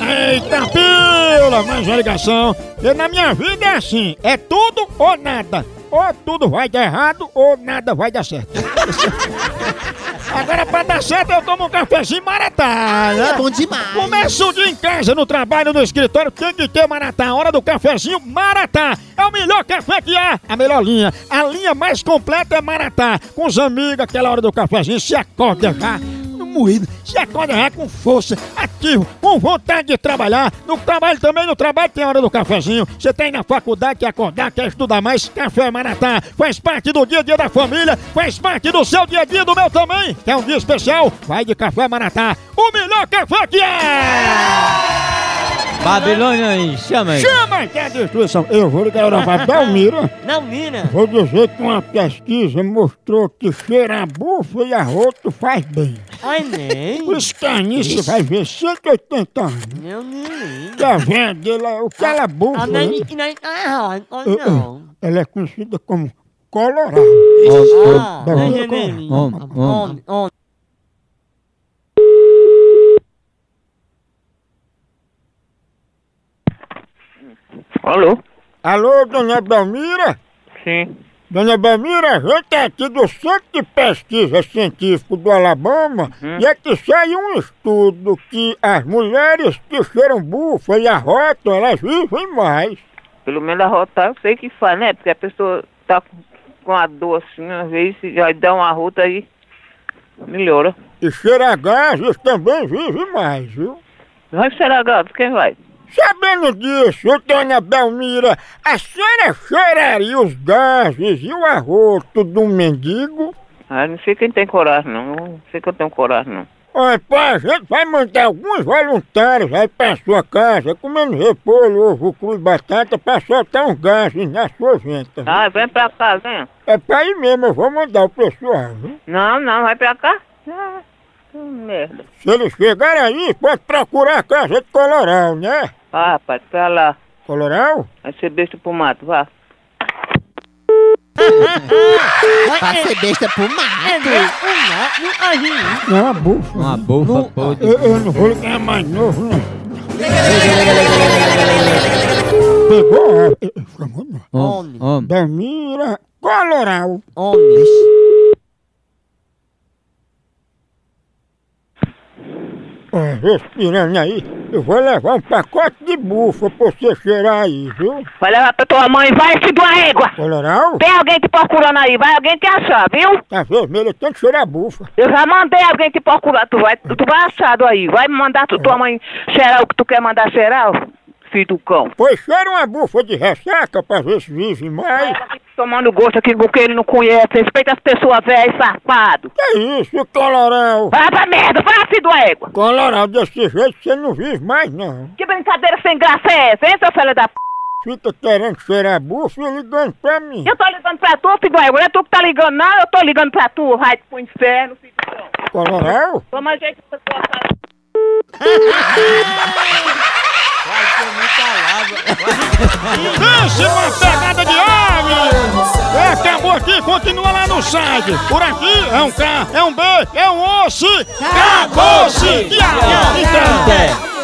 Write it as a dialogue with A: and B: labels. A: Eita pila, mais uma ligação. E na minha vida é assim, é tudo ou nada. Ou tudo vai dar errado ou nada vai dar certo. Agora pra dar certo eu tomo um cafezinho maratá, né?
B: É bom demais.
A: Começa o dia em casa, no trabalho, no escritório, tem que ter Maratá. Hora do cafezinho Maratá. É o melhor café que há, a melhor linha. A linha mais completa é Maratá. Com os amigos, aquela hora do cafezinho, se acorda já moído, se acorda já com força, ativo, com vontade de trabalhar. No trabalho também, no trabalho tem hora do cafezinho. Você tem na faculdade que acordar, quer estudar mais, café Maratá. Faz parte do dia a dia da família, faz parte do seu dia a dia, do meu também. Quer um dia especial? Vai de café Maratá. O melhor café que é!
C: Babilônia aí, chama aí.
A: Chama que é destruição. Eu vou ligar agora pra Belmira.
B: Não, mina.
A: Vou dizer que uma pesquisa mostrou que cheirar bufa e arroto faz bem.
B: Ai, nem.
A: Os carniços vai ver 180 anos.
B: Não, nem.
A: Tá vendo? Ela, o
B: A
A: calabufo, né?
B: menina que não tá errada. Ou não.
A: ela é conhecida como colorado.
B: Ah,
A: bom,
B: não,
A: bom,
B: Janine.
C: bom, bom.
B: Homem, homem.
D: Alô?
A: Alô, dona Belmira?
D: Sim.
A: Dona Belmira, a gente é aqui do Centro de Pesquisa Científico do Alabama e aqui saiu um estudo que as mulheres que cheiram bufa e arrotam, elas vivem mais.
D: Pelo menos arrotar, eu sei que faz, né? Porque a pessoa tá com- com a dor assim, às vezes se já dá uma rota aí, melhora.
A: E cheirar gases também vive mais, viu?
D: Vai será gato, quem vai?
A: Sabendo disso, dona Belmira, a senhora cheiraria os gases e o arroto de um mendigo?
D: Ah, não sei quem tem coragem, não. Não sei que eu tenho coragem, não.
A: Olha, pai, a gente vai mandar alguns voluntários aí pra sua casa, comendo repolho, ovo cru e batata, pra soltar uns gases na sua venta.
D: Ah, vem pra cá, vem.
A: É pra aí mesmo, eu vou mandar o pessoal, viu?
D: Não, não, vai pra cá. Ah, que merda.
A: Se eles chegarem aí, pode procurar a casa de Coloral, né?
D: Ah, rapaz, pra lá.
A: Coloral?
D: Vai ser besta pro mato, vá.
B: Vai
E: Pra
B: ser
E: ser besta pro
B: é
E: mato.
B: mesmo, né? Não, ai, gente.
A: Não, É bufa.
C: Uma bufa podre.
A: Eu, eu não vou ligar mais novo, não. Pegou? é, é, Chamou não.
C: Homem, homem.
A: Belmira Coloral.
B: Homem.
A: Ó, respirando aí, eu vou levar um pacote de bufa pra você cheirar aí, viu?
D: Vai levar pra tua mãe, vai, filho de uma régua.
A: Coloral?
D: Tem alguém te procurando aí, vai alguém te achar, viu?
A: Tá vermelho, eu tenho que cheirar bufa.
D: Eu já mandei alguém te procurar, tu vai, tu vai achado aí. Vai mandar tu- tua mãe cheirar o que tu quer mandar cheirar, ô filho do cão.
A: Pois cheira uma bufa de ressaca pra ver se vive mais.
D: Tomando gosto aqui porque ele não conhece. Respeita as pessoas velhas, safado.
A: Que isso, Coloral?
D: Vai pra merda, vai, filho da égua.
A: Coloral, desse jeito você não vive mais não.
D: Que brincadeira sem graça é essa, hein, seu filho da p...
A: Fica querendo cheirar bufa e ligando pra mim.
D: Eu tô ligando pra tu, filho da égua. Não é tu que tá ligando, não. Eu tô ligando pra tu, vai pro inferno, filho do cão.
A: Coloral?
D: Toma jeito pra tua cara.
A: Décima pegada de ave! É, acabou aqui, continua lá no site. Por aqui é um K, é um B, é um osso. Acabou-se! Acabou-se!